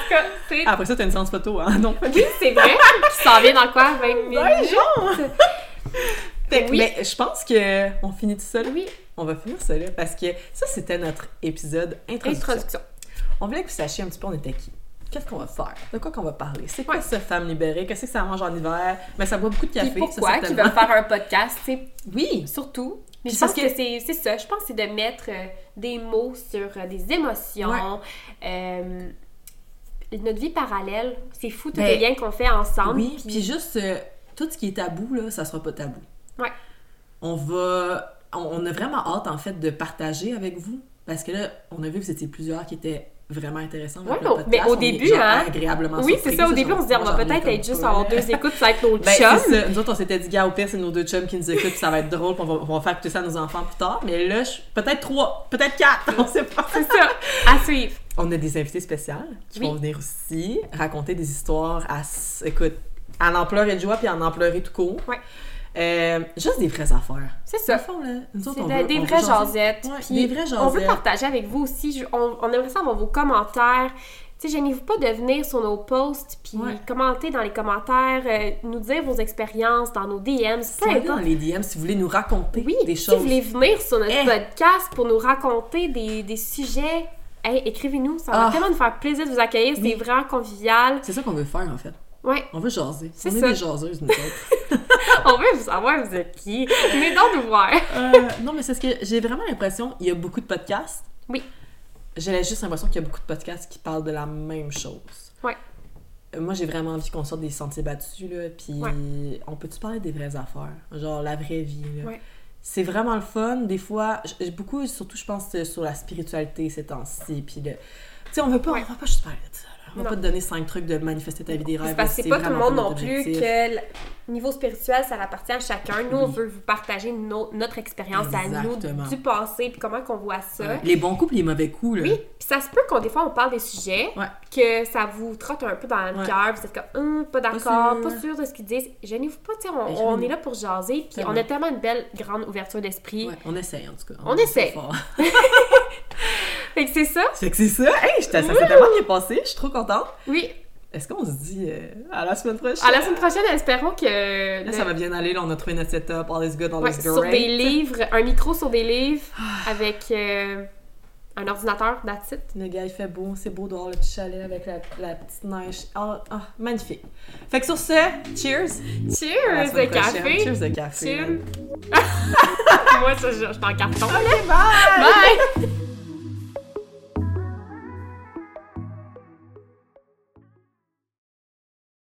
cas, c'est Après ça, t'as une séance photo, hein? Non, Oui, c'est vrai. Tu s'en viens dans quoi? 20 minutes? Fait que, Oui. ben, je pense que on finit tout ça là. Oui, On va finir ça là parce que ça c'était notre épisode introduction. introduction. On voulait que vous sachiez un petit peu on était qui. Qu'est-ce qu'on va faire? De quoi qu'on va parler? C'est quoi ça, femme libérée? Qu'est-ce que ça mange en hiver? Mais ça boit beaucoup de café. Puis ça, pourquoi qu'ils certainement. veulent faire un podcast, c'est Oui! surtout. Mais Puis je parce pense que, que- c'est c'est ça. Je pense que c'est de mettre euh, des mots sur euh, des émotions. euh, notre vie parallèle, c'est fou tous Ben, les liens qu'on fait ensemble. Oui, puis- puis juste euh, tout ce qui est tabou, là, ça sera pas tabou. Ouais. On va. On, on a vraiment hâte, en fait, de partager avec vous. Parce que là, on a vu que vous étiez plusieurs qui étaient vraiment intéressants. avec Ouais, le mais podcast. au On est, début, genre, hein. agréablement Oui, c'est surpris, ça. Au genre, début, on se dit, on moi, j'en va reviens peut-être être comme juste pas, avoir là. deux écoutes, ça va être nos Ben, chums. c'est ça. Nous autres, on s'était dit, gars, au pire, c'est nos deux chums qui nous écoutent, puis ça va être drôle, puis on va, on va faire écouter ça à nos enfants plus tard. Mais là, je- peut-être trois, peut-être quatre, on sait pas. C'est ça. À suivre. On a des invités spéciales qui Oui. vont venir aussi raconter des histoires à, s- écoute, à en pleurer de joie puis à en pleurer tout court. Ouais. Euh, juste des vraies affaires. C'est Dans le ça. fond, là, nous autres, C'est on de- veut- des on veut vraies jaser. jasettes. Ouais, puis des vraies on veut jasettes. partager avec vous aussi. Je- on, on aimerait savoir vos commentaires. Tu sais, gênez-vous pas de venir sur nos posts, puis Ouais. commenter dans les commentaires, euh, nous dire vos expériences dans nos DMs. Peu Allez dans importe. les DM si vous voulez nous raconter Oui, des si vous choses. voulez venir sur notre Eh. podcast pour nous raconter des, des sujets, hey, écrivez-nous. Ça va Ah. tellement nous faire plaisir de vous accueillir. C'est Oui. vraiment convivial. C'est ça qu'on veut faire, en fait. Ouais, On veut jaser. C'est on est ça. des jaseuses, nous autres. on veut vous savoir, vous êtes qui. Mais donc, voir. Euh, non, mais c'est ce que j'ai vraiment l'impression, il y a beaucoup de podcasts. Oui. J'ai juste l'impression qu'il y a beaucoup de podcasts qui parlent de la même chose. Ouais. Euh, Moi, j'ai vraiment envie qu'on sorte des sentiers battus, là, puis on peut-tu parler des vraies affaires? Genre la vraie vie, là. Ouais. C'est vraiment le fun. Des fois, j- j'ai beaucoup, surtout, je pense, euh, sur la spiritualité ces temps-ci, puis le... Tu sais, on veut pas, Ouais. on va pas juste parler de ça, là. On va Non. pas te donner cinq trucs de manifester ta vie des rêves. C'est parce là. que c'est pas tout le vraiment monde non notre plus objectif. que le niveau spirituel, ça appartient à chacun. Nous, on Oui. veut vous partager no- notre expérience à nous, Exactement. du passé, puis comment qu'on voit ça. Ouais. Les bons coups, puis les mauvais coups, là. Oui, puis ça se peut qu'on des fois on parle des sujets Ouais. que ça vous trotte un peu dans le Ouais. cœur, vous êtes comme Hum, pas Pas d'accord, sûr. pas sûr de ce qu'ils disent. Gênez-vous pas, tu sais, Ben, on, gênez-vous. on est là pour jaser, puis on Tellement. a tellement une belle grande ouverture d'esprit. Ouais, on essaye, en tout cas. On essaye. fort. Fait que c'est ça. Fait que c'est ça. Hey, j'étais- ça s'est tellement bien passé. Je suis trop contente. Oui, Est-ce qu'on se dit euh, à la semaine prochaine? à la semaine prochaine, espérons que Là, le- ça va bien aller. Là, on a trouvé notre setup. All is good, all Ouais, is sur great. des livres, un micro sur des livres avec euh, un ordinateur, that's it. Le gars, il fait beau. C'est beau dehors, le petit chalet avec la, la petite neige. Ah, ah, magnifique. Fait que sur ce, cheers! À la semaine Cheers, prochaine. de café. Cheers de café! Cheers. Moi, ça, je je suis en carton. Bye! Bye!